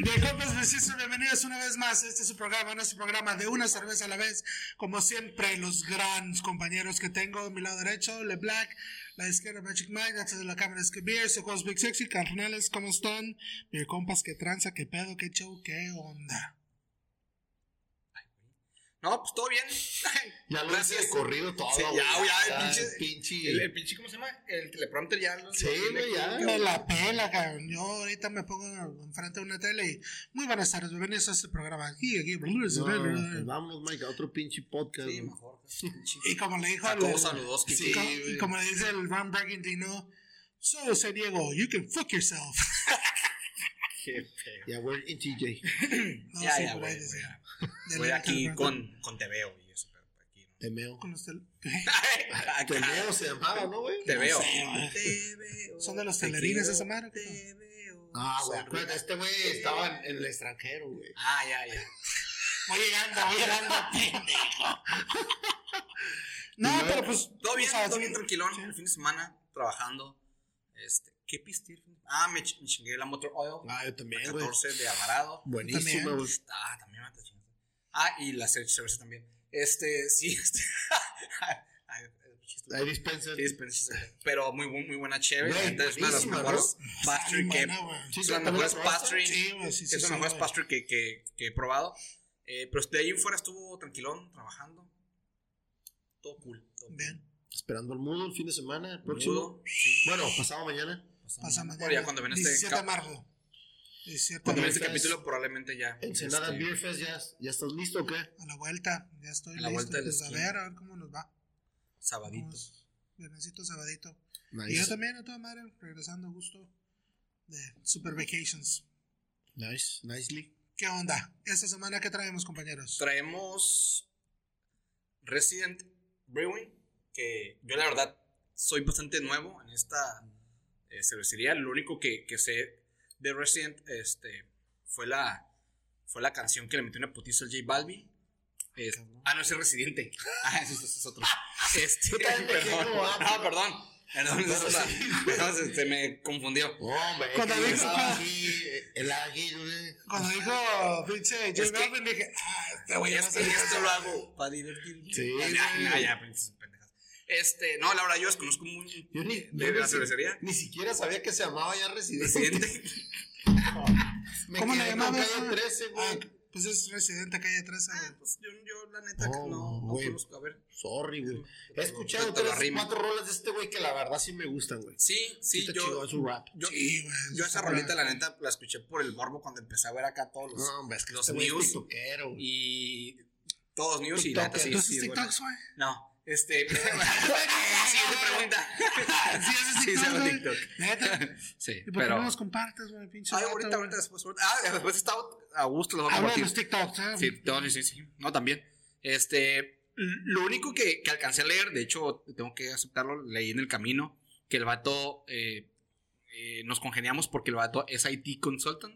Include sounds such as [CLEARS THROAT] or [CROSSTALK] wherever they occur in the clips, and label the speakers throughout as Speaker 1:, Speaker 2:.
Speaker 1: Bien, compas, les hizo bienvenidos una vez más. Este es su programa, nuestro programa de una cerveza a la vez. Como siempre, los grandes compañeros que tengo. a Mi lado derecho, Le Black. La izquierda, Magic Mike. Antes de la cámara es que Beer. Soy Big Sexy. Carnales, ¿cómo están? Bien, compas, qué tranza, qué pedo, qué show, qué onda.
Speaker 2: No, pues todo bien.
Speaker 3: Ya lo
Speaker 2: Gracias.
Speaker 3: hice de corrido todo,
Speaker 2: Sí, ya,
Speaker 3: güey.
Speaker 2: ya, el
Speaker 3: el pinche.
Speaker 2: El, el pinche, ¿cómo se llama? El teleprompter ya. lo-
Speaker 3: Sí,
Speaker 2: lo-
Speaker 3: güey, ya.
Speaker 1: Me la pela, cabrón. Yo ahorita me pongo enfrente de una tele y. Muy buenas tardes, bienvenidos a este programa. Aquí, este aquí.
Speaker 3: No, pues vámonos, Mike, a otro pinche podcast.
Speaker 2: Sí,
Speaker 3: güey.
Speaker 2: mejor. pinche.
Speaker 1: Y como le dijo.
Speaker 2: Jacobo
Speaker 1: el-
Speaker 2: Saludoski.
Speaker 1: Sí,
Speaker 2: Sí,
Speaker 1: como-
Speaker 2: güey.
Speaker 1: y como le dice el Ron Burgundy, So, San Diego, you can fuck yourself.
Speaker 3: Ya, we're in TJ.
Speaker 1: No,
Speaker 2: ya,
Speaker 1: sí,
Speaker 2: ya,
Speaker 1: por
Speaker 2: güey.
Speaker 1: ahí
Speaker 2: güey,
Speaker 1: decía.
Speaker 2: ya.
Speaker 1: De
Speaker 2: Güey,
Speaker 1: la-
Speaker 2: aquí con, con Te veo y eso, pero aquí
Speaker 3: [LAUGHS]
Speaker 2: no.
Speaker 3: Te meo.
Speaker 1: con los [LAUGHS] tel-
Speaker 2: Aquí-
Speaker 3: Te meo se llamaba, ¿no, güey?
Speaker 2: Te veo.
Speaker 1: sé, güey.
Speaker 2: Te veo.
Speaker 1: Son de los
Speaker 2: Te
Speaker 1: telerines
Speaker 2: quiero,
Speaker 1: esa madre, ¿qué
Speaker 2: Te veo.
Speaker 3: Ah, güey,
Speaker 2: Son
Speaker 3: acuérdate,
Speaker 2: ruinas.
Speaker 3: este güey estaba en en el extranjero, güey.
Speaker 2: Ah, ya, ya.
Speaker 1: Voy llegando, voy llegando, [LAUGHS]
Speaker 2: [LAUGHS]
Speaker 1: pendejo. No, pero pues.
Speaker 2: Todo bien,
Speaker 1: o sea,
Speaker 2: todo
Speaker 1: sí,
Speaker 2: bien tranquilón.
Speaker 1: sí.
Speaker 2: El fin de semana, trabajando. Este, ¿Qué piste? Ah, me, ch- me chingué la Motor Oil.
Speaker 3: Ah, yo también,
Speaker 2: la
Speaker 3: güey.
Speaker 2: 14 de Alvarado.
Speaker 3: Buenísima,
Speaker 1: También.
Speaker 3: güey.
Speaker 2: Ah, también mata chingados. Ah, y la cer- cerveza también. Este, sí, [LAUGHS] este. ay, eh, chiste.
Speaker 3: Ahí dispensa.
Speaker 2: Sí, pero sí, Pero muy, bu- muy buena chévere.
Speaker 3: Güey,
Speaker 2: Neta, es una de las
Speaker 3: buenísima,
Speaker 2: mejores pastry
Speaker 1: está
Speaker 2: que.
Speaker 1: bien buena, güey.
Speaker 3: Sí,
Speaker 2: Es
Speaker 3: sí,
Speaker 2: la
Speaker 3: ¿también
Speaker 2: mejor
Speaker 3: la probaste?
Speaker 2: pastry.
Speaker 1: Sí, güey, sí, sí,
Speaker 2: Es la
Speaker 1: sí,
Speaker 2: mejor
Speaker 1: güey.
Speaker 2: pastry que, que, que he probado. Eh, pero de ahí en fuera estuvo tranquilón, trabajando. Todo cool. todo cool.
Speaker 1: Bien.
Speaker 3: Esperando al mudo el fin de semana,
Speaker 2: Todo,
Speaker 3: próximo.
Speaker 2: sí,
Speaker 3: Bueno, pasado mañana.
Speaker 1: Pasa
Speaker 2: pasando.
Speaker 1: mañana.
Speaker 2: Bueno, ya cuando ven este,
Speaker 1: 17 de
Speaker 2: cap-
Speaker 1: marzo. 17
Speaker 2: cuando ven
Speaker 3: También
Speaker 1: de
Speaker 2: este
Speaker 3: estás-
Speaker 2: capítulo, probablemente ya.
Speaker 3: Ensenada
Speaker 2: este,
Speaker 3: Beer Fest, ¿ya, ¿ya estás listo o qué?
Speaker 1: A la vuelta. Ya estoy
Speaker 2: A la
Speaker 1: listo.
Speaker 2: vuelta de la
Speaker 1: pues, a
Speaker 2: esquina.
Speaker 1: ver, a ver cómo nos va.
Speaker 2: Sabadito.
Speaker 1: Vamos, Viernesito, sabadito. Y yo
Speaker 3: Nice.
Speaker 1: también, a toda madre, regresando a gusto de Super Vacations.
Speaker 3: Nice, nicely.
Speaker 1: ¿Qué onda? Esta semana, ¿qué traemos, compañeros?
Speaker 2: Traemos Resident Brewing, que yo la verdad soy bastante nuevo en esta eh, cervecería. Lo único que, que sé de Resident este, fue, la, fue la canción que le metió una putiza al J Balbi. Es- ah, no, ese es Residente. [LAUGHS] Ah, ese, ese es otro. Este,
Speaker 3: también
Speaker 2: [LAUGHS]
Speaker 3: me
Speaker 2: perdón.
Speaker 3: quedo, ah.
Speaker 2: Ah, perdón. Perdón, esa es
Speaker 3: sí.
Speaker 2: otra. [LAUGHS] Perdón, se, se me confundió.
Speaker 3: Hombre,
Speaker 1: Cuando
Speaker 3: que yo
Speaker 1: dijo-
Speaker 3: estaba aquí, eh, el águila, güey.
Speaker 1: Cuando dijo pinche J
Speaker 2: Es que-
Speaker 1: Balvin, dije, ah, este
Speaker 2: Güey,
Speaker 1: güey ya
Speaker 2: es que esto lo hago para divertirme.
Speaker 3: Sí,
Speaker 2: Ah, ya,
Speaker 3: güey.
Speaker 2: ya, ya, pinches pendejas. Este, no, la verdad, yo desconozco muy
Speaker 3: Yo ni,
Speaker 2: de
Speaker 3: yo
Speaker 2: la
Speaker 3: ni-
Speaker 2: cervecería.
Speaker 3: Ni siquiera sabía que se llamaba ya Residente.
Speaker 2: Presidente.
Speaker 3: Me
Speaker 1: ¿Cómo
Speaker 3: quedé
Speaker 1: le
Speaker 3: con
Speaker 1: llamabas?
Speaker 3: calle 13, güey.
Speaker 1: Ah, pues es residente calle 13.
Speaker 2: [LAUGHS] Ah,
Speaker 1: güey.
Speaker 2: pues yo, yo la neta, que
Speaker 3: No,
Speaker 2: no, no
Speaker 3: güey.
Speaker 2: conozco. A ver.
Speaker 3: Sorry, güey. He escuchado
Speaker 2: Te lo
Speaker 3: tres
Speaker 2: arrimo.
Speaker 3: cuatro rolas de este güey que la verdad sí me gustan, güey. Este
Speaker 2: Sí, sí,
Speaker 3: Está
Speaker 2: yo.
Speaker 3: chingón su rap.
Speaker 2: Yo,
Speaker 1: Sí, güey,
Speaker 2: yo esa
Speaker 1: está
Speaker 2: rolita,
Speaker 1: buena.
Speaker 2: la neta, la escuché por el morbo cuando empecé a ver acá todos los,
Speaker 3: No, hombre, es que
Speaker 2: los
Speaker 3: este güey es
Speaker 2: news
Speaker 3: tiktoquero, güey.
Speaker 2: y todos news y la neta,
Speaker 3: TikToker.
Speaker 1: ¿Entonces
Speaker 2: sí, sí, es buena.
Speaker 1: TikToks, güey?
Speaker 2: No, este. [LAUGHS] Siguiente pregunta.
Speaker 1: Sí, haces
Speaker 2: Sí, se
Speaker 1: TikTok,
Speaker 2: llama
Speaker 1: güey.
Speaker 2: TikTok. [LAUGHS]
Speaker 1: Neta.
Speaker 2: Sí,
Speaker 1: ¿Y por qué
Speaker 2: pero.
Speaker 1: no los compartes, güey, pinche?
Speaker 2: Ay,
Speaker 1: vato,
Speaker 2: ahorita,
Speaker 1: güey?
Speaker 2: ahorita, después. ahorita. Ah, después está a gusto, los voy a
Speaker 3: Ah,
Speaker 1: Hablo de
Speaker 2: compartir.
Speaker 1: los TikToks, ¿eh?
Speaker 2: Sí, todo, sí, sí, sí. No, también. Este,
Speaker 1: Mm,
Speaker 2: lo único que, que alcancé a leer, de hecho, tengo que aceptarlo, leí en el camino, que el vato, eh, eh, nos congeniamos porque el vato es IT consultant,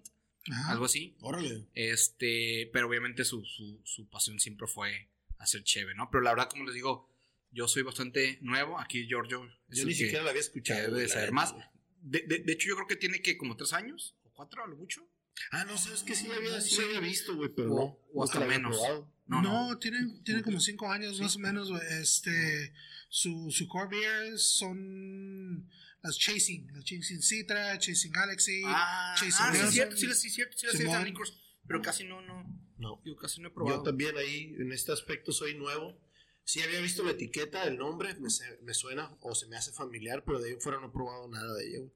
Speaker 3: Ah.
Speaker 1: Ajá.
Speaker 2: algo así.
Speaker 3: Órale.
Speaker 2: Este, pero obviamente su, su, su pasión siempre fue hacer chévere, ¿no? Pero la verdad, como les digo, yo soy bastante nuevo. Aquí Giorgio es
Speaker 3: Yo
Speaker 2: el
Speaker 3: ni
Speaker 2: que-
Speaker 3: siquiera la había
Speaker 2: que
Speaker 3: escuchado.
Speaker 2: debe
Speaker 3: güey,
Speaker 2: de
Speaker 3: la
Speaker 2: saber
Speaker 3: neta,
Speaker 2: más.
Speaker 3: güey.
Speaker 2: De, de- de hecho, yo creo que tiene que como tres años o cuatro, a lo mucho.
Speaker 3: Ah, no, sabes que sí la había, sí la había visto, güey, pero
Speaker 2: O-
Speaker 3: no.
Speaker 2: o hasta
Speaker 3: la había
Speaker 2: menos.
Speaker 3: probado.
Speaker 1: No, tiene, tiene como cinco años más o menos, güey. Este, su, su core beer son las Chasing, las Chasing Citra, Chasing Galaxy.
Speaker 2: Ah,
Speaker 1: Chase
Speaker 2: ah, sí,
Speaker 1: Nelson.
Speaker 2: es cierto, sí, sí, es cierto, sí, las- sí, las
Speaker 1: Simón.
Speaker 2: Liquors, pero casi no, no,
Speaker 3: No.
Speaker 2: yo casi no he
Speaker 3: Yo
Speaker 2: probado.
Speaker 3: también ahí, en este aspecto, soy nuevo. Sí había visto la etiqueta, el nombre, me, se- me suena o se me hace familiar, pero de ahí en fuera no he probado nada de ella, güey.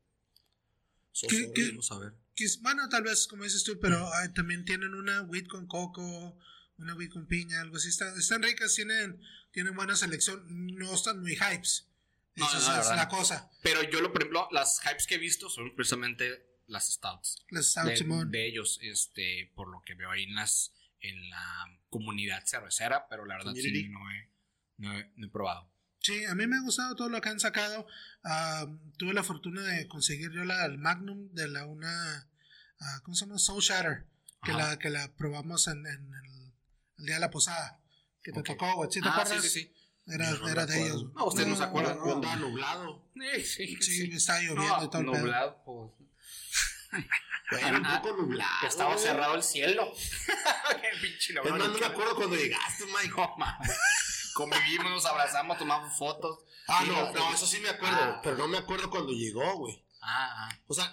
Speaker 3: So
Speaker 1: ¿Qué-
Speaker 3: sorry,
Speaker 1: qué-
Speaker 3: no sé.
Speaker 2: Vamos a ver.
Speaker 1: Quis- Bueno, tal vez, como dices tú, pero ah, también tienen una wheat con coco, una wheat con piña, algo así. Están, están ricas, tienen, tienen buena selección, no están muy hypes.
Speaker 2: No,
Speaker 1: Esa
Speaker 2: no,
Speaker 1: es-
Speaker 2: no, la
Speaker 1: es
Speaker 2: verdad.
Speaker 1: la cosa.
Speaker 2: Pero yo, lo, por ejemplo, las hypes que he visto son precisamente las stouts
Speaker 1: Las Stout
Speaker 2: de,
Speaker 1: Ah, Simón.
Speaker 2: de ellos, este, por lo que veo ahí en las, en la comunidad cervecera, pero la verdad sí,
Speaker 3: Community.
Speaker 2: no he, no he, no he probado.
Speaker 1: Sí, a mí me ha gustado todo lo que han sacado. Ah, tuve la fortuna de conseguir yo la el Magnum de la una, ah, ¿cómo se llama? Soul Shatter, que
Speaker 2: Ajá.
Speaker 1: la, que la probamos en, en el, el día de la posada, que te
Speaker 2: Ok.
Speaker 1: tocó, güey. ¿Sí te
Speaker 2: Ah,
Speaker 1: acuerdas?
Speaker 2: sí, sí, [LAUGHS] sí.
Speaker 1: Era,
Speaker 3: Yo no me
Speaker 1: era de
Speaker 3: acuerdo.
Speaker 1: ellos.
Speaker 2: No, usted no se acuerda,
Speaker 3: Yo
Speaker 2: no.
Speaker 3: andaba nublado.
Speaker 2: Eh, sí,
Speaker 1: Sí,
Speaker 2: sí.
Speaker 1: está lloviendo y
Speaker 2: No,
Speaker 1: todo el pedo.
Speaker 2: nublado, pues.
Speaker 3: Güey, era un
Speaker 2: Ah,
Speaker 3: poco nublado.
Speaker 2: Estaba
Speaker 3: güey.
Speaker 2: cerrado el cielo. [LAUGHS] Qué pinche
Speaker 3: Es
Speaker 2: logrón,
Speaker 3: más, no me
Speaker 2: qué-
Speaker 3: acuerdo cuando llegaste, Mike.
Speaker 2: [LAUGHS] No, mames. Convivimos, nos abrazamos, tomamos fotos.
Speaker 3: Ah,
Speaker 2: Sí,
Speaker 3: no,
Speaker 2: no,
Speaker 3: no, eso sí me acuerdo.
Speaker 2: Ah.
Speaker 3: pero no me acuerdo cuando llegó, güey.
Speaker 2: Ah, ah.
Speaker 3: O sea,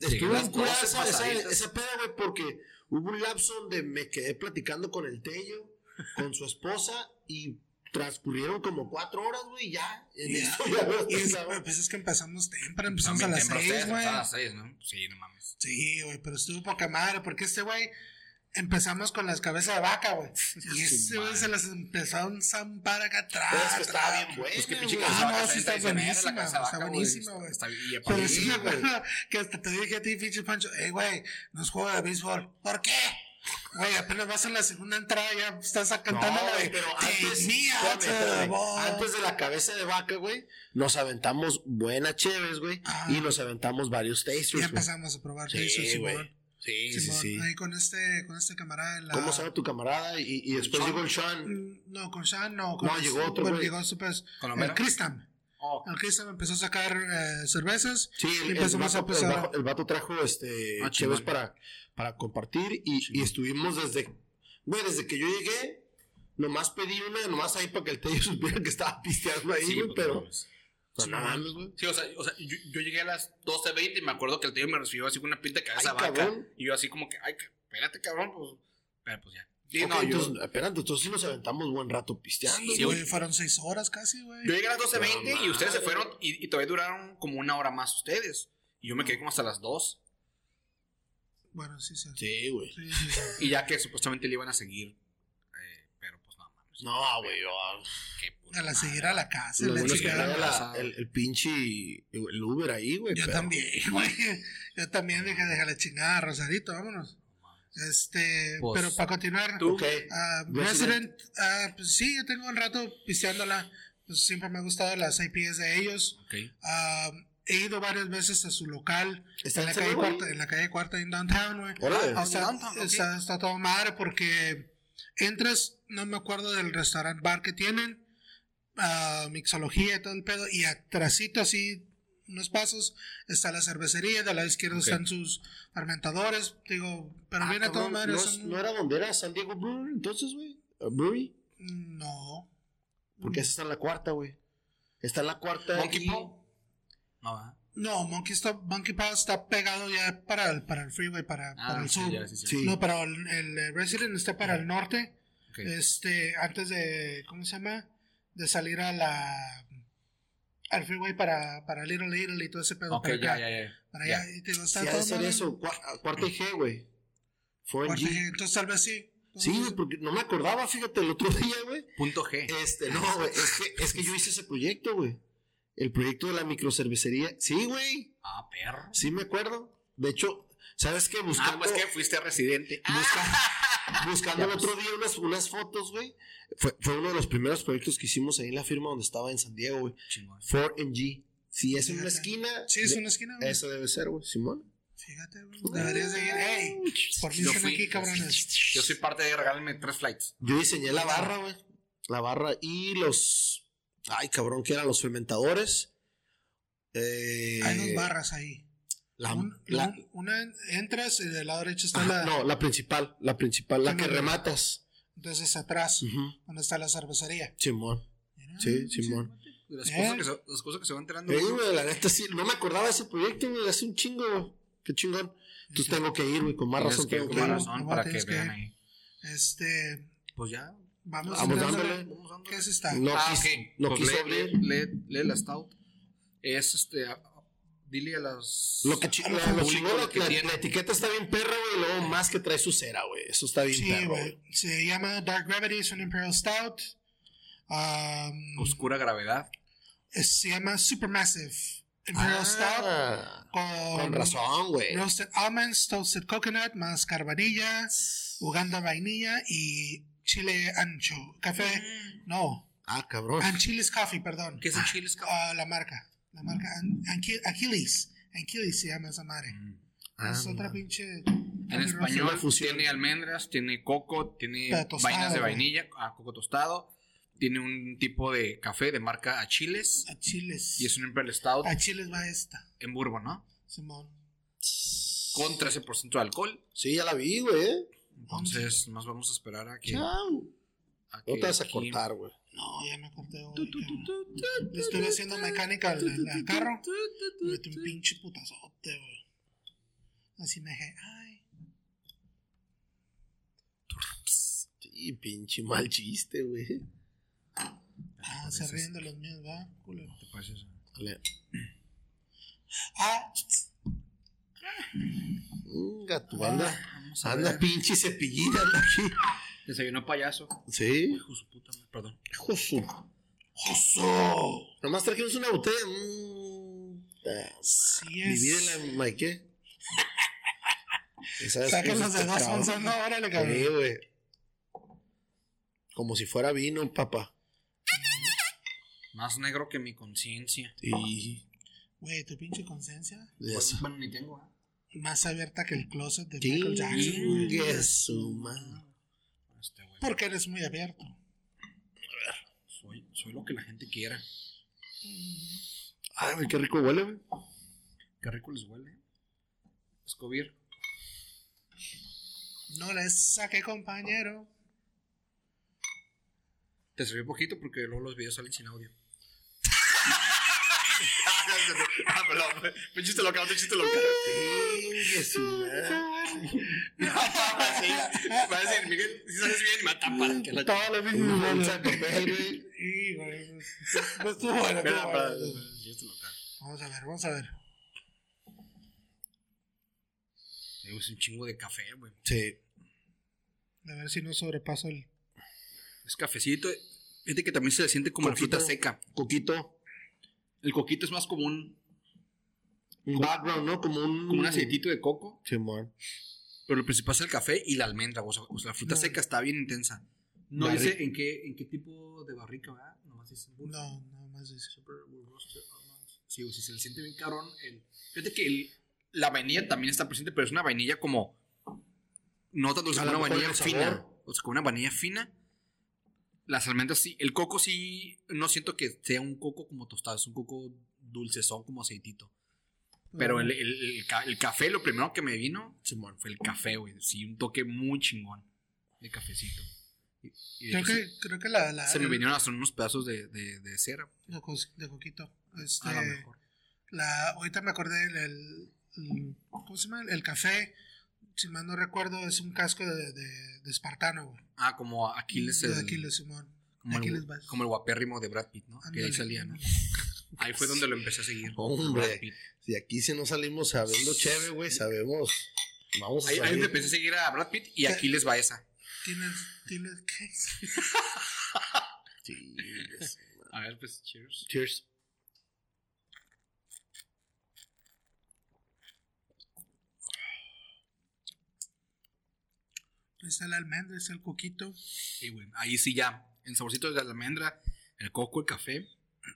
Speaker 4: Sí,
Speaker 3: estuve
Speaker 4: las
Speaker 3: en curada
Speaker 4: doce
Speaker 3: esa, esa,
Speaker 4: pasaditas.
Speaker 3: esa peda, güey, porque hubo un lapso donde me quedé platicando con el Tello, con su esposa, y transcurrieron como cuatro horas, güey, y ya. En
Speaker 1: Y-
Speaker 3: eso ya [LAUGHS] no
Speaker 1: Y es,
Speaker 3: estaba.
Speaker 1: pues es que empezamos temprano, empezamos
Speaker 2: También
Speaker 1: Pues a las
Speaker 2: temprano ustedes,
Speaker 1: 6, güey.
Speaker 2: empezaron A las seis, ¿no? Sí, no mames.
Speaker 1: Sí, güey, pero estuvo poca madre, porque este güey empezamos con las cabezas de vaca, güey. Y este güey se las empezó a zampar acá atrás.
Speaker 3: Pero es que estaba
Speaker 1: atrás.
Speaker 3: bien bueno,
Speaker 2: Es Pues que pinche
Speaker 3: güey. Ah,
Speaker 1: cabeza
Speaker 2: cabeza
Speaker 1: no,
Speaker 2: vaca
Speaker 1: sí
Speaker 2: está
Speaker 1: está
Speaker 2: tradicional,
Speaker 1: buenísima,
Speaker 2: la cabeza
Speaker 1: está buenísima,
Speaker 2: vaca, güey,
Speaker 1: güey.
Speaker 2: está- y aparte-
Speaker 1: Pero sí me
Speaker 3: Sí, güey.
Speaker 1: acuerdo que hasta te dije a ti, pinche Pancho, hey, güey, no es juego de béisbol. ¿Por qué? Güey, apenas vas en la segunda entrada, ya estás cantando
Speaker 3: No,
Speaker 1: la
Speaker 3: güey,
Speaker 1: de
Speaker 3: pero antes,
Speaker 1: "Tenía
Speaker 3: espérame, espérame.
Speaker 1: sabor".
Speaker 3: Antes de la cabeza de vaca, güey, nos aventamos buenas chéves, güey,
Speaker 1: Ah.
Speaker 3: y nos aventamos varios
Speaker 1: Y
Speaker 3: tasters, güey.
Speaker 1: empezamos a probar
Speaker 3: Sí,
Speaker 1: Jason
Speaker 3: güey.
Speaker 1: Simón.
Speaker 3: Sí, sí,
Speaker 1: Simón,
Speaker 3: sí.
Speaker 1: Ahí con este, con este camarada. de La...
Speaker 3: ¿Cómo sabe tu camarada? Y, y después
Speaker 4: Sean.
Speaker 3: llegó el Sean.
Speaker 1: Mm, No, con Sean no. Con este,
Speaker 3: No, llegó otro,
Speaker 1: bueno,
Speaker 3: güey.
Speaker 1: llegó super,
Speaker 2: ¿Colomero?
Speaker 1: el Cristam.
Speaker 4: Oh,
Speaker 1: El Cristam empezó a sacar eh, cervezas.
Speaker 3: Sí, el- el,
Speaker 1: Empezamos a
Speaker 3: vato, el,
Speaker 1: pasar.
Speaker 3: vato, el vato trajo este
Speaker 2: Ah,
Speaker 3: chéves
Speaker 2: chingón.
Speaker 3: para, para compartir y, y estuvimos desde, güey, desde que yo llegué, nomás pedí una, nomás ahí para que el tello [LAUGHS] supiera que estaba pisteando ahí,
Speaker 2: Sí,
Speaker 3: güey,
Speaker 2: pues, no
Speaker 3: pero,
Speaker 2: mames.
Speaker 3: pero no mames, güey.
Speaker 2: Sí, o sea, o sea, yo, yo llegué a las 12.20 y me acuerdo que el tío me recibió así con una pinta de cabeza
Speaker 3: Ay,
Speaker 2: vaca.
Speaker 3: cabrón.
Speaker 2: Y yo así como que, ay, ca- espérate, cabrón, pues. Pero pues ya. Sí,
Speaker 3: Ok,
Speaker 2: no, yo,
Speaker 3: entonces, espérate, entonces sí nos aventamos buen rato pisteando.
Speaker 1: Sí,
Speaker 2: sí,
Speaker 1: güey,
Speaker 2: güey.
Speaker 1: fueron seis horas casi, güey.
Speaker 2: yo llegué a las 12.20
Speaker 3: No
Speaker 2: y ustedes se
Speaker 3: mames.
Speaker 2: fueron y, y todavía duraron como una hora más ustedes. Y yo me quedé como hasta las 2.
Speaker 1: Bueno, sí, sí. sí.
Speaker 3: Sí, güey.
Speaker 1: sí, sí.
Speaker 2: Y ya que supuestamente le iban a seguir. eh, pero pues no, pues mames.
Speaker 3: No, güey, yo...
Speaker 2: qué puta
Speaker 1: A la
Speaker 2: madre.
Speaker 1: seguir a la casa.
Speaker 3: Lo
Speaker 1: la
Speaker 3: bueno es que
Speaker 1: chingada.
Speaker 3: traía la-
Speaker 2: embarazada.
Speaker 3: el, el pinche el Uber ahí, güey.
Speaker 1: Yo
Speaker 3: pero-
Speaker 1: también, [LAUGHS] güey. Yo también dije, deja la chingada, Rosarito, vámonos. Este,
Speaker 2: Pues,
Speaker 1: pero para continuar,
Speaker 2: tú.
Speaker 3: Ok.
Speaker 1: ah,
Speaker 3: Resident.
Speaker 1: Resident, ah, pues sí, yo tengo un rato pisteándola. Pues siempre me han gustado las IPs de ellos.
Speaker 2: Ok.
Speaker 1: Ah, he ido varias veces a su local
Speaker 3: ¿Está
Speaker 1: en la,
Speaker 3: en
Speaker 1: calle
Speaker 3: serio, güey?
Speaker 1: cuarta, en la calle cuarta en downtown, güey.
Speaker 3: Órale.
Speaker 1: O sea,
Speaker 2: Downtown, ok.
Speaker 1: está, está todo madre porque entras, no me acuerdo del restaurant bar que tienen, ah, mixología y todo el pedo, y atrasito así, unos pasos, está la cervecería, de la izquierda
Speaker 2: Ok.
Speaker 1: están sus fermentadores, digo, pero
Speaker 3: Ah,
Speaker 1: viene todo
Speaker 3: cabrón,
Speaker 1: madre.
Speaker 3: ¿No,
Speaker 1: son-
Speaker 3: no era donde era San Diego Brewery entonces, güey? Uh, ¿Brewery?
Speaker 1: no.
Speaker 3: Porque esa está en la cuarta, güey. Está en la cuarta.
Speaker 2: Monkey
Speaker 3: y-
Speaker 2: Paw. No, ¿verdad?
Speaker 1: No, Monkey, Stop, Monkey Paw está pegado ya para el, para el freeway, para, para
Speaker 2: Ah,
Speaker 1: el
Speaker 2: sí,
Speaker 1: sur.
Speaker 2: ya, sí, sí.
Speaker 3: Sí.
Speaker 1: No, pero el, el, eh, Resident está para el norte.
Speaker 2: Ok.
Speaker 1: Este, antes de, ¿cómo se llama? De salir a la, al freeway para, para Little Little y todo ese pedo
Speaker 2: Ok,
Speaker 1: para
Speaker 2: ya,
Speaker 1: acá.
Speaker 2: ya, ya.
Speaker 1: Para
Speaker 2: ya.
Speaker 1: allá, y te digo, está
Speaker 3: Sí, ha
Speaker 1: todo
Speaker 3: de ser
Speaker 1: mal.
Speaker 3: eso. cua- Cuarta y G, güey. Fue en
Speaker 1: Aparte que,
Speaker 3: G.
Speaker 1: Entonces tal vez sí.
Speaker 3: Sí, güey, porque no me acordaba, fíjate, el otro [LAUGHS] día, güey.
Speaker 2: Punto G.
Speaker 3: Este, no, güey, es que, es que yo hice ese proyecto, güey. El proyecto de la microcervecería. Sí, güey,
Speaker 2: Ah, perro.
Speaker 3: sí me acuerdo. De hecho, ¿sabes qué? Buscando,
Speaker 2: Ah, pues que fuiste residente.
Speaker 3: [LAUGHS]
Speaker 2: Ah, [LAUGHS]
Speaker 3: busca- buscando
Speaker 2: Ya, pues.
Speaker 3: el otro día unas, unas fotos, güey. Fue, fue uno de los primeros proyectos que hicimos ahí en la firma donde estaba en San Diego, güey.
Speaker 2: Chingón.
Speaker 3: 4NG. Si es en una
Speaker 1: Fíjate.
Speaker 3: esquina.
Speaker 1: Sí, es
Speaker 3: de-
Speaker 1: una esquina, güey.
Speaker 3: Esa debe ser, güey. Simón.
Speaker 1: Fíjate, güey. Deberías de ir. ¡Ey! Por mí
Speaker 2: Yo
Speaker 1: están
Speaker 2: fui.
Speaker 1: aquí, cabrones.
Speaker 2: Yo soy parte de regálenme tres flights.
Speaker 3: Yo diseñé la barra, güey. La barra y los. Ay, cabrón, que eran los fermentadores. Eh,
Speaker 1: Hay dos barras ahí.
Speaker 3: La,
Speaker 1: Un-
Speaker 3: la-
Speaker 1: un- una en- entras y del lado derecho está
Speaker 3: Ajá,
Speaker 1: la.
Speaker 3: no, la principal. La principal, la
Speaker 1: Sí,
Speaker 3: que
Speaker 1: no, no.
Speaker 3: rematas.
Speaker 1: Entonces atrás,
Speaker 3: Ujú.
Speaker 1: donde está la cervecería.
Speaker 3: Simón.
Speaker 1: Mira,
Speaker 3: Ah, Sí, Simón.
Speaker 2: Las,
Speaker 1: ¿Eh?
Speaker 2: cosas que se, las cosas que se van enterando.
Speaker 3: Ey, güey, la neta sí. No me acordaba de ese proyecto, güey. Hace un chingo, güey. Qué chingón. Entonces tengo que ir, güey. Con más
Speaker 2: Tienes
Speaker 3: razón
Speaker 2: que
Speaker 3: tengo que
Speaker 2: tomar
Speaker 3: ir.
Speaker 1: claro,
Speaker 2: razón
Speaker 1: no,
Speaker 2: para que
Speaker 1: tienes que-
Speaker 2: vean ahí.
Speaker 1: Este,
Speaker 2: Pues ya.
Speaker 1: vamos,
Speaker 3: Vamos
Speaker 1: entrando.
Speaker 3: dándole.
Speaker 2: Vamos dando.
Speaker 1: ¿Qué es esta?
Speaker 3: No,
Speaker 2: ah,
Speaker 3: quis-
Speaker 2: ok.
Speaker 3: no
Speaker 2: pues
Speaker 3: quiso
Speaker 2: lee,
Speaker 3: abrir.
Speaker 2: Lee, lee- lee la stout. Es este. a- a- dile a las.
Speaker 3: Lo que chi-
Speaker 2: a
Speaker 3: lo,
Speaker 2: los
Speaker 3: lo
Speaker 2: públicos
Speaker 3: chingón,
Speaker 2: lo
Speaker 3: la,
Speaker 2: que
Speaker 3: la-
Speaker 2: tiene.
Speaker 3: la etiqueta está bien perra, güey. y Luego más que trae su cera, güey. Eso está bien
Speaker 1: Sí,
Speaker 3: perro,
Speaker 1: güey.
Speaker 3: güey.
Speaker 1: Se llama Dark Gravity, es un Imperial Stout. Am,
Speaker 2: Oscura gravedad.
Speaker 1: es- se llama Supermassive Imperial Stout.
Speaker 3: Ah,
Speaker 1: Con,
Speaker 3: con razón, güey.
Speaker 1: Roasted almonds, toasted coconut, más carbonilla, Uganda vainilla y chile ancho. Café, no.
Speaker 3: Ah, cabrón.
Speaker 1: Anchiles Coffee, perdón.
Speaker 2: ¿Qué es el chile? esca-
Speaker 1: Ah, la marca. La marca An- Anqui- Achilles. Achilles se llama esa madre.
Speaker 2: Mm.
Speaker 3: Ah,
Speaker 1: es otra
Speaker 3: no.
Speaker 1: pinche.
Speaker 2: En
Speaker 3: una
Speaker 2: español
Speaker 3: fusión.
Speaker 2: tiene almendras, tiene coco, tiene
Speaker 1: Pero tostado,
Speaker 2: vainas de
Speaker 1: güey.
Speaker 2: vainilla, ah, coco tostado, tiene un tipo de café de marca a chiles
Speaker 1: Achiles.
Speaker 2: y es un Imperial Stout
Speaker 1: Achiles va esta,
Speaker 2: en Burbo, ¿no?
Speaker 1: Simón.
Speaker 2: con 13% de alcohol.
Speaker 3: Sí, ya la vi, güey. ¿eh?
Speaker 2: Entonces, más vamos a esperar a que.
Speaker 3: Chao.
Speaker 2: a que
Speaker 3: No te vas a
Speaker 2: aquí-
Speaker 3: cortar, güey.
Speaker 1: No, ya me corté. güey, cabrón. Le estoy haciendo mecánica al, al- al carro. Me metí un pinche putazote, güey. Así me dije, ay.
Speaker 3: Sí, pinche mal chiste, güey.
Speaker 1: Ah,
Speaker 2: pues
Speaker 1: se ríen de los míos, ¿verdad? Culero.
Speaker 2: ¿Te parece eso?
Speaker 3: Vale.
Speaker 1: Ah,
Speaker 3: Venga, tu banda.
Speaker 2: Vamos a
Speaker 3: Anda
Speaker 2: ver.
Speaker 3: pinche cepillina anda aquí.
Speaker 2: Desayunó payaso.
Speaker 3: Sí.
Speaker 2: Hijo de su puta madre, Perdón.
Speaker 3: Josu. Josu. Nomás trajimos una botella. Mm. Ah,
Speaker 1: sí es.
Speaker 3: Divídela,
Speaker 1: [LAUGHS]
Speaker 3: Mike. Esa es-
Speaker 1: Sáquenlos de
Speaker 3: esa
Speaker 1: dos
Speaker 3: es-
Speaker 1: onzas, no, órale,
Speaker 3: Sí,
Speaker 1: cabrón.
Speaker 3: güey. Como si fuera vino, papá.
Speaker 2: Más negro que mi conciencia.
Speaker 3: Sí.
Speaker 1: Güey, tu pinche conciencia.
Speaker 3: De eso.
Speaker 2: Bueno, ni tengo. ¿ah?
Speaker 1: Más abierta que el closet de Michael Jackson, güey.
Speaker 3: Chingue su madre.
Speaker 2: Este güey.
Speaker 1: Porque eres muy abierto.
Speaker 2: Soy, soy lo que la gente quiera.
Speaker 3: Ay, güey, qué rico huele, güey.
Speaker 2: Qué rico les huele. Escobir.
Speaker 1: No les saqué, compañero.
Speaker 2: Te sirvió poquito porque luego los videos salen sin audio.
Speaker 4: [LAUGHS] ah, perdón, güey. Un chiste local, un chiste
Speaker 2: [LAUGHS]
Speaker 4: local.
Speaker 3: Chingue su madre.
Speaker 4: Sí. Va a decir, Miguel, si sales bien, me tapa. Que la
Speaker 3: Toda la misma bolsa de papel, güey.
Speaker 1: Y, güey, pues, pues, estuvo bueno, estuvo
Speaker 4: Espera, espera.
Speaker 1: bueno.
Speaker 2: Un chiste local.
Speaker 1: Vamos a ver, vamos a ver.
Speaker 2: Me gusta un chingo de café, güey.
Speaker 3: Sí.
Speaker 1: A ver si no sobrepaso el.
Speaker 2: Es cafecito. Fíjate que también se le siente como la
Speaker 3: Coquito.
Speaker 2: fruta seca.
Speaker 3: Coquito.
Speaker 2: El coquito es más como un,
Speaker 3: Un background, ¿no? Como un.
Speaker 2: como un aceitito de coco,
Speaker 3: Simón.
Speaker 2: pero lo principal es el café y la almendra. O sea, o sea, la fruta
Speaker 1: No.
Speaker 2: seca está bien intensa. Mm. No
Speaker 3: Barri-
Speaker 2: dice en qué, en qué tipo de barrica, ¿verdad? Nomás dice Bull-
Speaker 1: No, nada más eso.
Speaker 2: Super Bull Roasted Almonds. Sí, o sea, se le siente bien cabrón. el- Fíjate que el- la vainilla también está presente, pero es una vainilla como. No tan dulce,
Speaker 3: A
Speaker 2: como
Speaker 3: lo
Speaker 2: una
Speaker 3: mejor
Speaker 2: vainilla
Speaker 3: el
Speaker 2: fina.
Speaker 3: sabor.
Speaker 2: O sea, como una vainilla fina. Las almendras sí. El coco sí. No siento que sea un coco como tostado, es un coco dulcezón, como aceitito. Pero el, el- el ca- el café, lo primero que me vino
Speaker 3: Simón.
Speaker 2: fue el café, güey. Sí, un toque muy chingón de cafecito. Y, y de
Speaker 1: Creo
Speaker 2: hecho,
Speaker 1: que, creo que la. la
Speaker 2: se, se me vinieron hasta unos pedazos de, de- de cera.
Speaker 1: De, co- de coquito. Este,
Speaker 2: A Ah, lo mejor.
Speaker 1: la, ahorita me acordé del. el- el- ¿Cómo se llama? El café. Si mal no recuerdo, es un casco de, de, de espartano, güey.
Speaker 2: Ah, como Aquiles.
Speaker 1: De
Speaker 2: el-
Speaker 1: Aquiles, Simón.
Speaker 2: como,
Speaker 1: Aquiles
Speaker 2: el,
Speaker 1: Bass.
Speaker 2: como el guapérrimo de Brad Pitt, ¿no? Que
Speaker 1: Ándale.
Speaker 2: ahí salía, ¿no? Ahí fue donde lo empecé a [LAUGHS] seguir.
Speaker 3: Hombre.
Speaker 2: Brad Pitt.
Speaker 3: Si aquí si no salimos sabiendo chévere, güey, sabemos. Vamos a
Speaker 2: Ahí, ahí
Speaker 3: salir.
Speaker 2: donde empecé a seguir a Brad Pitt y Aquiles Baeza.
Speaker 1: ¿Tienes, tienes qué?
Speaker 3: Sí, yes.
Speaker 2: A ver, pues, cheers.
Speaker 3: Cheers.
Speaker 1: Está la almendra, está el coquito.
Speaker 2: Sí, güey. Ahí sí ya. En saborcito de la almendra, el coco, el café. [CLEARS THROAT]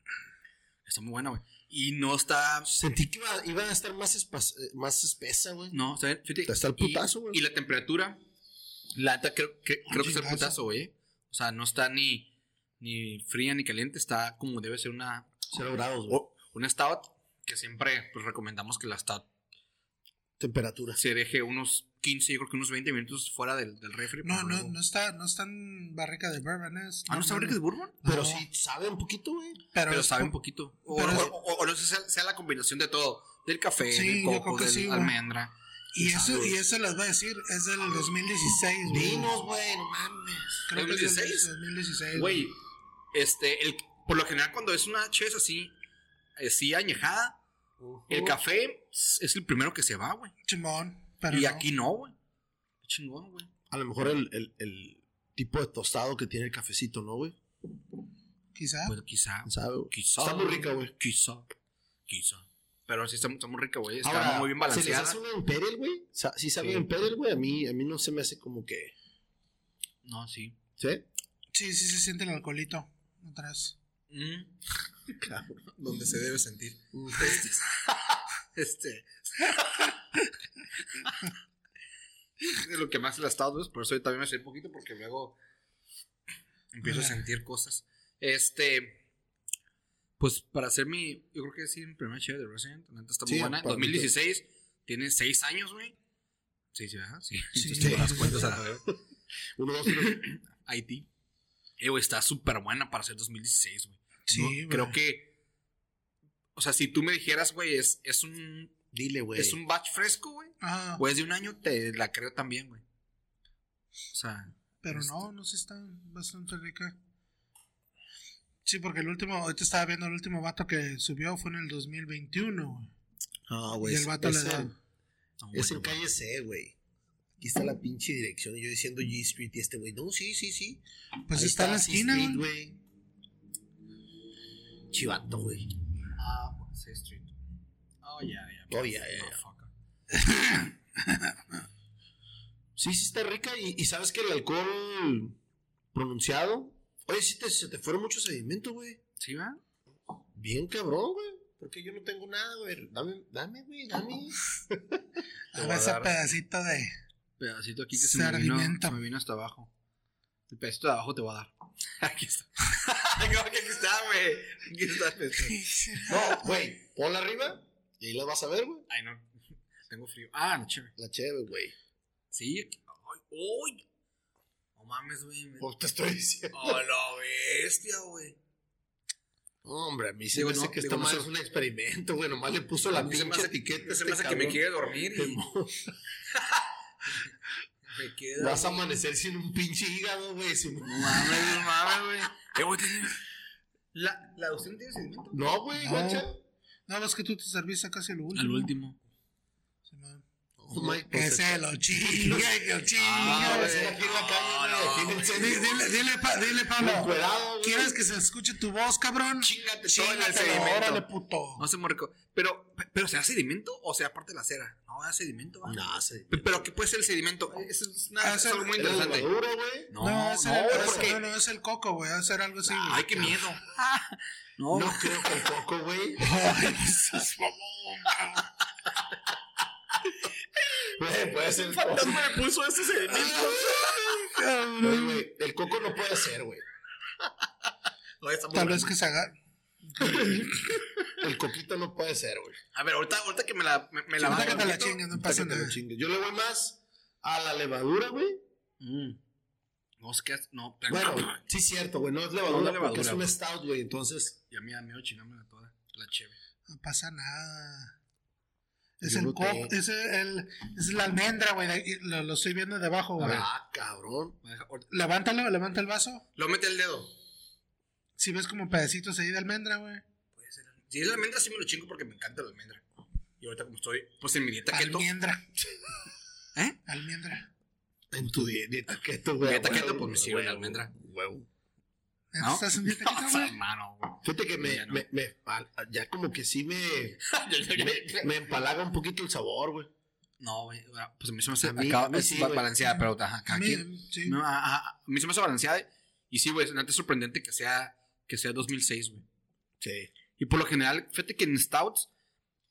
Speaker 2: Está muy buena, güey. Y no está.
Speaker 3: Sentí que iba, iba a estar más, espas- eh, más espesa, güey.
Speaker 2: No, está bien. Fíjate,
Speaker 3: Está el
Speaker 2: y-
Speaker 3: putazo, güey.
Speaker 2: Y, la temperatura. La alta creo, que- creo que está el
Speaker 1: Chingazo.
Speaker 2: putazo, güey. O sea, no está ni, ni fría ni caliente. Está como debe ser una,
Speaker 3: Cero grados, güey.
Speaker 2: o- una stout. Que siempre pues, recomendamos que la stout
Speaker 3: Temperatura.
Speaker 2: se deje unos 15, yo creo que unos 20 minutos fuera del, del refri.
Speaker 1: No,
Speaker 2: para
Speaker 1: no,
Speaker 2: luego-
Speaker 1: no está, no está en barrica de bourbon, ¿es?
Speaker 2: Ah, no sabe que es bourbon.
Speaker 3: Pero
Speaker 1: No.
Speaker 3: sí sabe un poquito, güey.
Speaker 1: pero,
Speaker 2: Pero
Speaker 1: es
Speaker 2: sabe un
Speaker 1: po-
Speaker 2: poquito. O,
Speaker 1: pero es-
Speaker 2: o- o- o no sé, sea, sea la combinación de todo. Del café,
Speaker 1: Sí,
Speaker 2: del
Speaker 1: yo creo
Speaker 2: coco,
Speaker 1: que
Speaker 2: de
Speaker 1: sí,
Speaker 2: la
Speaker 1: güey.
Speaker 2: almendra.
Speaker 1: Y eso, y eso les voy a decir, es del 2016, güey.
Speaker 3: Dinos, güey, no mames.
Speaker 1: Creo que es del
Speaker 2: 2016.
Speaker 1: 2016.
Speaker 2: Güey, este, el, por lo general cuando es una ches así, así añejada,
Speaker 1: Oh.
Speaker 2: el café es el primero que se va, güey.
Speaker 1: Chimón. Pero
Speaker 2: y
Speaker 1: no.
Speaker 2: aquí no, güey. Qué Chingón, güey.
Speaker 3: A lo mejor el, el, el tipo de tostado que tiene el cafecito, ¿no, güey?
Speaker 1: Quizá.
Speaker 2: Pues quizá,
Speaker 3: ¿Quién ¿Sabe? güey?
Speaker 2: quizá.
Speaker 3: Está muy rica, güey.
Speaker 2: Quizá, quizá. Pero sí está, está muy rica, güey. Está
Speaker 3: Ahora,
Speaker 2: muy bien
Speaker 3: ¿Se les
Speaker 2: balanceada.
Speaker 3: hace una Imperial, güey? Sa- Sí sabe
Speaker 2: Sí.
Speaker 3: Imperial, güey. A mí, a mí no se me hace como que...
Speaker 2: No, sí.
Speaker 3: ¿Sí?
Speaker 1: Sí, sí se siente el alcoholito atrás.
Speaker 2: Mm.
Speaker 3: [LAUGHS] Claro.
Speaker 2: Donde se debe sentir. Este. de lo que más le ha estado, es por eso yo también me sé un poquito, porque luego empiezo a
Speaker 1: Ajá.
Speaker 2: sentir cosas. Este. Pues para hacer mi. Yo creo que sí, mi primera chévere de Resident, la neta está muy
Speaker 3: Sí,
Speaker 2: buena.
Speaker 3: para mí
Speaker 2: 2016, Tiene seis años, güey. Sí, sí, ¿verdad? Sí.
Speaker 3: Sí.
Speaker 2: Entonces, tengo las cuentas a la vez.
Speaker 3: Uno, dos, [LAUGHS] tres.
Speaker 2: Haití. Eh, güey, está súper buena para ser 2016, güey.
Speaker 1: Sí,
Speaker 2: No,
Speaker 1: güey.
Speaker 2: Creo que. O sea, si tú me dijeras, güey, es, es un.
Speaker 3: Dile, güey.
Speaker 2: Es un batch fresco, güey.
Speaker 1: Ajá,
Speaker 2: O es de un año, te la creo también, güey. O sea.
Speaker 1: pero
Speaker 2: este-
Speaker 1: no, no sé, está bastante rica. Sí, porque el último, ahorita estaba viendo el último vato que subió fue en el 2021, güey.
Speaker 3: Ah,
Speaker 1: Y el vato le
Speaker 3: es en-
Speaker 1: da.
Speaker 2: no,
Speaker 3: Es en
Speaker 2: güey,
Speaker 3: calle C, güey. Aquí está la pinche dirección. Y yo diciendo G Street y este güey. No, sí, sí, sí.
Speaker 1: Pues
Speaker 3: Ahí
Speaker 1: está, en la
Speaker 3: C
Speaker 1: esquina,
Speaker 3: Street,
Speaker 1: güey.
Speaker 3: güey. Chivato, güey.
Speaker 2: Ah, bueno, Sixth Street. Oh, ya, ya.
Speaker 3: Oh, ya, ya, ya.
Speaker 2: Motherfucker.
Speaker 3: Sí, sí está rica. Y, y sabes que el alcohol pronunciado. Oye, sí te, se te fueron muchos sedimentos, güey.
Speaker 2: ¿Sí, va?
Speaker 3: Bien cabrón, güey. Porque yo no tengo nada, güey. Dame, dame,
Speaker 1: [LAUGHS]
Speaker 3: güey, dame.
Speaker 1: A ver ese pedacito de. [LAUGHS]
Speaker 2: Pedacito aquí que se me, vino,
Speaker 1: Sardinento.
Speaker 2: se me vino hasta abajo. El pedacito de abajo te voy a dar. [LAUGHS] Aquí está. Creo que aquí está, güey. Aquí está el pedacito.
Speaker 3: No, güey. Ponla arriba y ahí la vas a ver, güey.
Speaker 2: Ay, no. Tengo frío. Ah, no, chévere.
Speaker 3: La chévere, güey.
Speaker 2: Sí. aquí- Ay, uy. No mames, güey. me-
Speaker 3: Pues te estoy diciendo.
Speaker 2: Oh, la bestia, güey.
Speaker 3: Hombre, a mí se
Speaker 2: Digo,
Speaker 3: me hace
Speaker 2: no,
Speaker 3: que
Speaker 2: digo,
Speaker 3: esta
Speaker 2: no
Speaker 3: madre
Speaker 2: sé.
Speaker 3: es un experimento, güey. Nomás le puso la
Speaker 2: A mí se me
Speaker 3: pinche
Speaker 2: hace-
Speaker 3: etiqueta.
Speaker 2: Se
Speaker 3: este
Speaker 2: me hace que me
Speaker 3: cabrón.
Speaker 2: quiere dormir y [LAUGHS] me queda.
Speaker 3: Vas a amanecer sin un pinche hígado, güey. sin-
Speaker 2: No mames, no mames, güey. Eh, güey, ¿tiene- ¿La, ¿La docena tiene sedimento?
Speaker 3: No, güey,
Speaker 1: No.
Speaker 3: guacha.
Speaker 1: No, es que tú te serviste casi lo último.
Speaker 2: último.
Speaker 1: Simón.
Speaker 3: Oh, my-
Speaker 1: Que
Speaker 3: pues,
Speaker 1: se lo
Speaker 2: [LAUGHS]
Speaker 1: chingue, que lo chingue.
Speaker 2: este- Ah,
Speaker 1: güey.
Speaker 3: es que aquí en la calle,
Speaker 2: No,
Speaker 3: güey, aquí en
Speaker 2: no,
Speaker 3: el
Speaker 2: güey. Pues,
Speaker 3: centro.
Speaker 1: Dile, dile, dile, pa- dile, Pablo.
Speaker 3: Encuerado, güey.
Speaker 1: ¿Quieres que se escuche tu voz, cabrón?
Speaker 2: Chingate todo el
Speaker 1: Chingatelo,
Speaker 2: sedimento.
Speaker 1: órale, puto.
Speaker 2: No se morco. Pero, pero ¿será sedimento o será parte de la cera? No, era sedimento. ¿va?
Speaker 3: No, se.
Speaker 2: P- Pero ¿qué puede ser el sedimento? Eso es, una-
Speaker 1: Ah,
Speaker 2: es
Speaker 1: eso-
Speaker 2: algo muy
Speaker 3: Era la
Speaker 2: interesante.
Speaker 3: levadura, güey.
Speaker 2: No,
Speaker 1: No,
Speaker 2: no,
Speaker 1: ese- ese- no,
Speaker 2: güey, porque...
Speaker 1: no, es el coco, güey. Va a ser algo así, güey.
Speaker 2: Ay, qué miedo. no,
Speaker 3: No creo que el coco, güey.
Speaker 1: Oh. [LAUGHS] Ay, no seas mamón.
Speaker 3: [LAUGHS] Güey, Puede ser el coco.
Speaker 2: me puso
Speaker 3: [LAUGHS]
Speaker 2: ese sedimento.
Speaker 3: Güey, güey, El coco no puede ser, güey.
Speaker 1: Tal vez que se haga.
Speaker 3: El coquito no puede ser, güey.
Speaker 2: A ver, ahorita, ahorita que me la, me, me la
Speaker 1: Ahorita
Speaker 2: van
Speaker 1: que te la
Speaker 2: poquito.
Speaker 1: chingues, no
Speaker 3: Hasta
Speaker 1: pasa
Speaker 3: que te lo
Speaker 1: nada.
Speaker 3: chingues. Yo le voy más a la levadura, güey.
Speaker 2: Mm. No, es que... No, pero-
Speaker 3: Bueno, sí es cierto, güey. No es levadura,
Speaker 2: No es
Speaker 3: porque es
Speaker 2: levadura,
Speaker 3: un
Speaker 2: güey.
Speaker 3: stout, güey. Entonces,
Speaker 2: Ya me da miedo chingármela toda. La cheve.
Speaker 1: No pasa nada. Es
Speaker 3: Yo
Speaker 1: el
Speaker 3: no
Speaker 1: coco,
Speaker 3: tengo.
Speaker 1: es, el, es la almendra, güey. de- y Lo, lo estoy viendo debajo, güey.
Speaker 3: ah, cabrón.
Speaker 2: Voy a dejar- ahorita-
Speaker 1: Levántalo, levanta el vaso.
Speaker 2: Lo mete el dedo.
Speaker 1: Si ves como pedacitos ahí de almendra, güey.
Speaker 2: Puede ser. Si es la almendra, sí me lo chingo porque me encanta la almendra. Y ahorita como estoy, pues en mi dieta keto.
Speaker 1: Almendra.
Speaker 2: ¿Eh?
Speaker 1: Almendra.
Speaker 3: En tu di- dieta keto, güey.
Speaker 2: Dieta
Speaker 3: a
Speaker 2: keto,
Speaker 3: huevo,
Speaker 2: pues, me
Speaker 3: a
Speaker 2: sirve la
Speaker 3: huevo,
Speaker 2: almendra. [LAUGHS]
Speaker 3: Huevo.
Speaker 2: ¿No?
Speaker 1: ¿Estás en dieta keto, güey?
Speaker 2: hermano,
Speaker 3: [LAUGHS]
Speaker 2: güey.
Speaker 3: Fíjate que me,
Speaker 2: Ya no.
Speaker 3: me, me- al- ya como que sí me,
Speaker 2: Yo- yo- yo-
Speaker 3: me, me empalaga un poquito el sabor, güey.
Speaker 2: No, güey. ah, Pues a mí se me hace
Speaker 3: A mí-
Speaker 2: acá-
Speaker 3: a mí
Speaker 2: es
Speaker 3: sí,
Speaker 2: ba-
Speaker 3: güey.
Speaker 2: balanceada, pero ajá,
Speaker 1: A
Speaker 2: cada
Speaker 1: mí,
Speaker 2: quien.
Speaker 1: sí.
Speaker 2: No, ajá, ajá, a mí se me hace balanceada. Y sí, güey, es neta sorprendente que sea, que sea 2006, güey.
Speaker 3: Sí.
Speaker 2: Y por lo general, fíjate que en Stouts,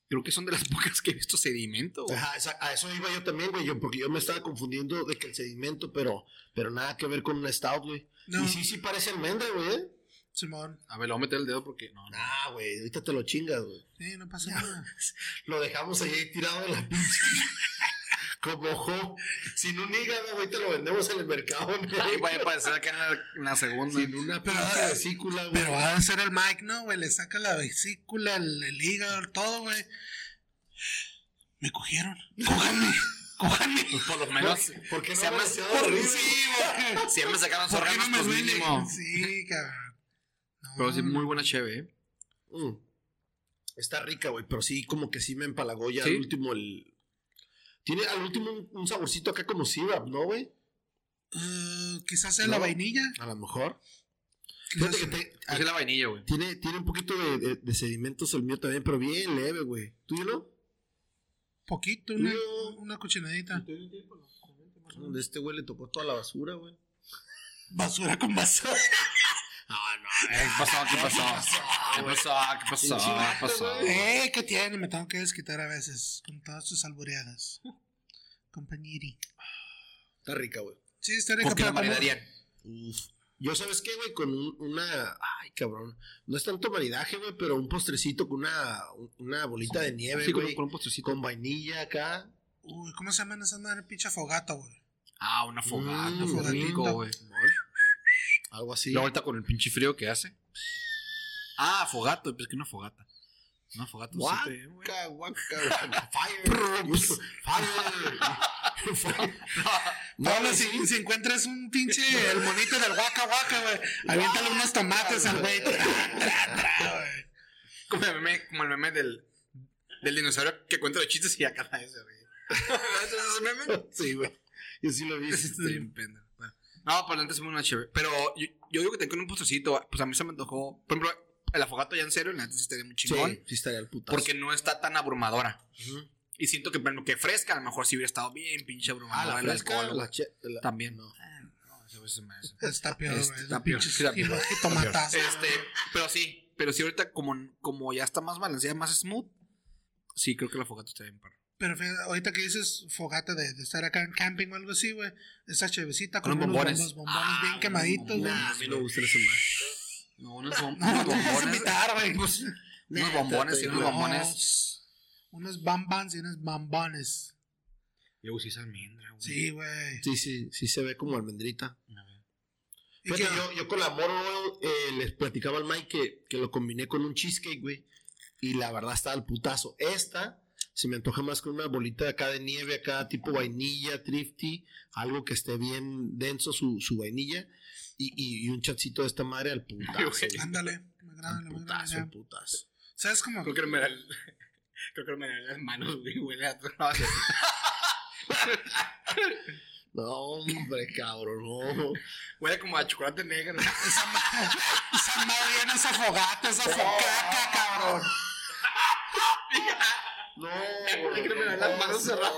Speaker 2: creo que son de las [LAUGHS] pocas que he visto sedimento, güey.
Speaker 3: Ajá, esa- a eso iba yo también, güey, yo- porque yo me estaba confundiendo de que el sedimento, pero, pero nada que ver con un stout, güey.
Speaker 1: No,
Speaker 3: Y sí, sí parece almendra, güey. ¿eh?
Speaker 1: Simón.
Speaker 2: A ver, le voy a meter el dedo porque. No, [LAUGHS] no.
Speaker 3: Ah, güey, ahorita te lo chingas, güey.
Speaker 1: Sí, no pasa nada.
Speaker 3: Lo dejamos ahí tirado en la pinche. [LAUGHS] Como ojo, sin un hígado, güey, te lo vendemos en el mercado,
Speaker 2: Ahí
Speaker 3: güey. pues,
Speaker 2: va a aparecer acá en la, en la segunda. Pues,
Speaker 3: Sin una
Speaker 1: Pero-
Speaker 3: pinche vesícula, güey.
Speaker 1: Pero va a ser el Mike, ¿no, güey? Le saca la vesícula, el, el hígado, todo, güey. Me cogieron. Cójanme. Cójanme.
Speaker 2: Pues por lo menos.
Speaker 3: Porque no
Speaker 2: Se llama-
Speaker 3: demasiado
Speaker 2: por-
Speaker 3: horrible?
Speaker 1: Sí, güey.
Speaker 2: Siempre sacaron sus
Speaker 1: ¿Por qué no
Speaker 2: órganos,
Speaker 1: me
Speaker 2: pues
Speaker 1: duele?
Speaker 2: mínimo.
Speaker 1: Sí, cabrón. No,
Speaker 2: Pero sí, muy buena cheve, ¿eh?
Speaker 3: Mm. Está rica, güey, pero sí, como que sí me empalagó ya
Speaker 2: ¿Sí?
Speaker 3: al último el. Tiene al último un, un saborcito acá como syrup, ¿no, güey?
Speaker 1: eh, quizás sea
Speaker 3: No.
Speaker 1: la vainilla.
Speaker 3: A lo mejor.
Speaker 1: Quizás-
Speaker 3: Fíjate que te-
Speaker 2: Es Pues la vainilla, güey. Eh,
Speaker 3: tiene, tiene un poquito de, de- de sedimentos el mío también, pero bien leve, güey. ¿Tú y no?
Speaker 1: Poquito, una,
Speaker 3: No.
Speaker 1: una cochinadita.
Speaker 3: Donde este güey le tocó toda la basura, güey.
Speaker 1: Basura con basura.
Speaker 2: ¿Qué pasó? ¿Qué pasó? ¿Qué pasó? ¿Qué pasó? ¿Qué pasó?
Speaker 1: Eh, ¿qué tiene? Me tengo que desquitar a veces con todas tus albureadas. Compañiri.
Speaker 3: Está rica, güey.
Speaker 1: Sí, está rica,
Speaker 2: ¿Por qué
Speaker 1: pero
Speaker 2: no me
Speaker 1: como-
Speaker 2: darían?
Speaker 3: Uf. Yo, ¿sabes qué, güey? Con un- una. Ay, cabrón. No es tanto maridaje, güey, pero un postrecito con una, una bolita de nieve,
Speaker 2: Sí, con,
Speaker 3: güey.
Speaker 2: con
Speaker 3: Con,
Speaker 2: un postrecito.
Speaker 3: vainilla acá.
Speaker 1: Uy, ¿cómo se llaman esas madres? Pinche fogata, güey.
Speaker 2: Ah, una fogata,
Speaker 3: Mm,
Speaker 2: fogata,
Speaker 1: rico.
Speaker 2: güey.
Speaker 3: Algo así.
Speaker 2: La vuelta con el pinche frío que hace. Ah, fogato, pues que una fogata. Una fogata. ¿eh? sí,
Speaker 3: Guaca,
Speaker 2: te- güey.
Speaker 3: guaca, guaca. Fire. Fire. Fire. No,
Speaker 1: Pablo,
Speaker 3: güey,
Speaker 1: si, si encuentras un pinche el monito del guaca guaca, güey, aviéntale unos tomates al güey.
Speaker 2: [LAUGHS] Como el meme, como el meme del, del dinosaurio que cuenta los chistes y acá la ese, güey. [LAUGHS] ¿Ese es ese meme?
Speaker 3: Sí, güey. Yo sí lo vi. este,
Speaker 2: Está bien pendejo. No, para antes me una chévere. Pero yo, yo digo que tengo un postrecito. Pues a mí se me antojó. Por ejemplo, el afogato ya en serio, la neta sí estaría muy chingón.
Speaker 3: Sí, sí estaría el putazo.
Speaker 2: Porque no está tan abrumadora.
Speaker 3: Ujú.
Speaker 2: Y siento que, bueno, que fresca, a lo mejor sí hubiera estado bien pinche
Speaker 3: Ah,
Speaker 2: abrumadora.
Speaker 3: la
Speaker 2: el
Speaker 3: fresca,
Speaker 2: alcohol,
Speaker 3: la che- la-
Speaker 2: También. Ah,
Speaker 3: no.
Speaker 2: No, eso a veces me hace.
Speaker 1: Está peor,
Speaker 2: Este,
Speaker 1: güey.
Speaker 2: está peor, sí, está peor.
Speaker 1: Pinche tomatazo.
Speaker 2: Este, pero sí, pero sí ahorita como, como ya está más balanceada, más smooth, sí creo que la fogata está bien perro.
Speaker 1: Pero fíjate, ahorita que dices fogata de, de estar acá en camping o algo así, güey, esa chevecita con
Speaker 2: Con
Speaker 1: unos
Speaker 2: bombones.
Speaker 1: bombones, bombones
Speaker 2: Ah,
Speaker 1: bien
Speaker 2: unos
Speaker 1: quemaditos, güey.
Speaker 2: bombones.
Speaker 3: Nah, a mí no me gustan esas más.
Speaker 2: No, unos, bom-
Speaker 1: No,
Speaker 2: unos
Speaker 1: no te vas a
Speaker 2: bombones.
Speaker 1: invitar, güey.
Speaker 2: Unos, unos
Speaker 3: Nah,
Speaker 2: bombones,
Speaker 3: te-
Speaker 2: sí, unos
Speaker 3: no.
Speaker 2: bombones.
Speaker 1: Unos bambans y unos bambanes.
Speaker 2: Yo usé esa almendra, güey.
Speaker 1: Sí, güey.
Speaker 3: Sí, sí, sí se ve como almendrita.
Speaker 1: Y
Speaker 2: Pues
Speaker 3: Fíjate,
Speaker 1: que-
Speaker 3: yo, yo con la Moro eh, les platicaba al Mike que, que lo combiné con un cheesecake, güey. Y la verdad está al putazo. Esta se me antoja más con una bolita acá de nieve, acá tipo vainilla, thrifty, algo que esté bien denso su, su vainilla. Y, y, y un chancito de esta madre al putazo.
Speaker 2: Güey.
Speaker 3: güey.
Speaker 1: Ándale, me agrada,
Speaker 3: Al
Speaker 1: me agrada,
Speaker 3: putazo, al
Speaker 1: ya.
Speaker 3: putazo.
Speaker 1: ¿Sabes cómo?
Speaker 2: Creo que no me da el- creo que no me da las manos, güey, güey. la-
Speaker 3: No,
Speaker 2: [LAUGHS]
Speaker 3: hombre, cabrón, no.
Speaker 2: [LAUGHS] Huele como a chocolate negro.
Speaker 1: [LAUGHS] Esa madre, esa madre ya no es afogata,
Speaker 2: Oh.
Speaker 1: es afocaca, cabrón.
Speaker 3: No,
Speaker 2: ¿Por qué no me dan las manos cerradas?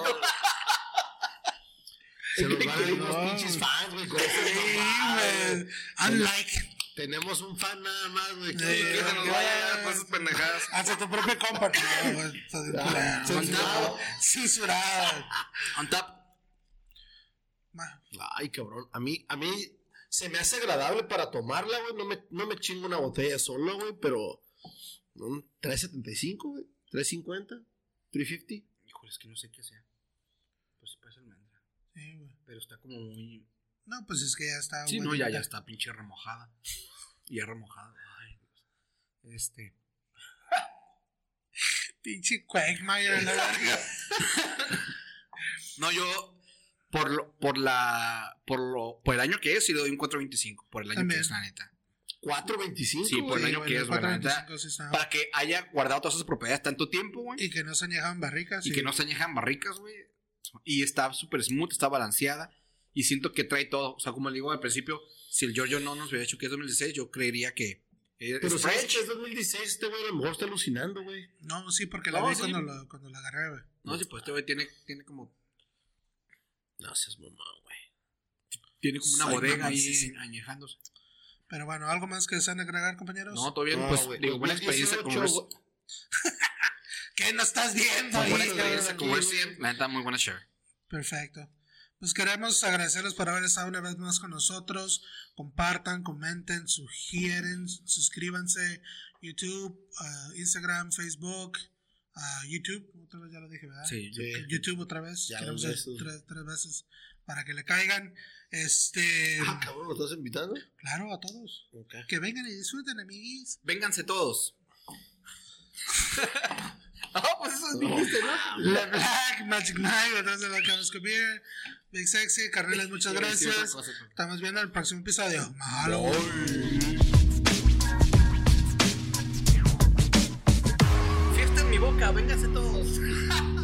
Speaker 3: Se nos van a
Speaker 2: [LAUGHS]
Speaker 3: ir los
Speaker 1: No.
Speaker 3: pinches fans, güey. con esas
Speaker 1: Sí,
Speaker 3: mamadas,
Speaker 1: güey.
Speaker 3: güey.
Speaker 2: [LAUGHS]
Speaker 1: Unlike.
Speaker 3: Tenemos un fan nada más, güey. que-
Speaker 1: Sí,
Speaker 2: que se nos vayan
Speaker 1: güey.
Speaker 2: con esas pendejadas.
Speaker 1: Hasta tu propio compa. No, güey, está bien
Speaker 3: Ah,
Speaker 1: culero.
Speaker 3: censurado.
Speaker 1: Censurado.
Speaker 2: [LAUGHS] On top.
Speaker 1: Ma-
Speaker 3: Ay, cabrón. A mí, a mí se me hace agradable para tomarla, güey. No me, no me chingo una botella solo, güey, pero. mm, 375, güey. 350. 350.
Speaker 2: Híjole, es que no sé qué sea. Pues sí parece almendra.
Speaker 1: Sí, güey.
Speaker 2: Pero está como muy.
Speaker 1: No, pues es que ya está.
Speaker 2: Sí,
Speaker 1: güey.
Speaker 2: no, ya, ya está pinche remojada. Ya remojada. Ay, Dios. Este.
Speaker 1: Pinche Quagmire, la verga.
Speaker 2: No, yo. Por lo, por la. Por lo. Por el año que es, sí le doy un 425. Por el año
Speaker 1: También.
Speaker 2: que es, la neta.
Speaker 3: 425.
Speaker 2: Sí, por el
Speaker 1: Sí,
Speaker 2: año
Speaker 1: güey,
Speaker 2: que
Speaker 1: los
Speaker 2: es, güey, la neta.
Speaker 1: 425 sí está.
Speaker 2: Para que haya guardado todas esas propiedades tanto tiempo, güey.
Speaker 1: Y que no se añejaban barricas.
Speaker 2: Y que no se añejan barricas, güey. Y está súper smooth, está balanceada. Y siento que trae todo. O sea, como le digo al principio, si el Giorgio no nos hubiera dicho que es 2016, yo creería que. eh,
Speaker 3: Pero
Speaker 2: es
Speaker 3: sabes
Speaker 2: fresh.
Speaker 3: que es 2016, este güey a lo mejor está alucinando, güey.
Speaker 1: No, sí, porque la
Speaker 2: No,
Speaker 1: vi
Speaker 2: sí.
Speaker 1: cuando, la, cuando la agarré, güey.
Speaker 2: No, sí, pues este güey tiene, tiene como.
Speaker 3: No seas mamá, güey.
Speaker 2: Tiene como una
Speaker 3: Ay,
Speaker 2: bodega
Speaker 3: mamá,
Speaker 2: ahí
Speaker 3: sí, sí.
Speaker 2: añejándose.
Speaker 1: Pero bueno, ¿algo más que desean agregar, compañeros?
Speaker 2: No, todo bien,
Speaker 3: No,
Speaker 2: pues
Speaker 3: güey.
Speaker 2: digo, buena experiencia
Speaker 3: 2018,
Speaker 2: como es.
Speaker 3: güey.
Speaker 1: ¿Qué no estás viendo?
Speaker 3: Fue
Speaker 1: ahí,
Speaker 2: Buena
Speaker 3: güey,
Speaker 2: experiencia
Speaker 1: cabrón?
Speaker 2: como
Speaker 3: güey.
Speaker 2: es. La neta, muy buena share.
Speaker 1: Perfecto. Pues queremos agradecerles por haber estado una vez más con nosotros. Compartan, comenten, sugieren, suscríbanse. YouTube, ah, Instagram, Facebook, ah, YouTube. Otra vez ya lo dije, ¿verdad?
Speaker 2: Sí, yo-
Speaker 3: Sí.
Speaker 1: YouTube otra vez.
Speaker 3: Ya
Speaker 1: Queremos
Speaker 3: dos
Speaker 1: hacer
Speaker 3: veces.
Speaker 1: tres, tres veces para que le caigan. Este,
Speaker 3: Ah, cabrón, ¿lo estás invitando?
Speaker 1: claro, a todos.
Speaker 3: Ok.
Speaker 1: Que vengan y disfruten, amiguis.
Speaker 2: Vénganse todos. Ah,
Speaker 1: Oh,
Speaker 2: pues eso dijiste, ¿no?
Speaker 1: La Black, Magic Mike, detrás de la Cabasco Beer, Big Sexy, carnales, muchas gracias. Estamos viendo el próximo episodio. Mahalo.
Speaker 2: Fiesta en mi boca, vénganse todos.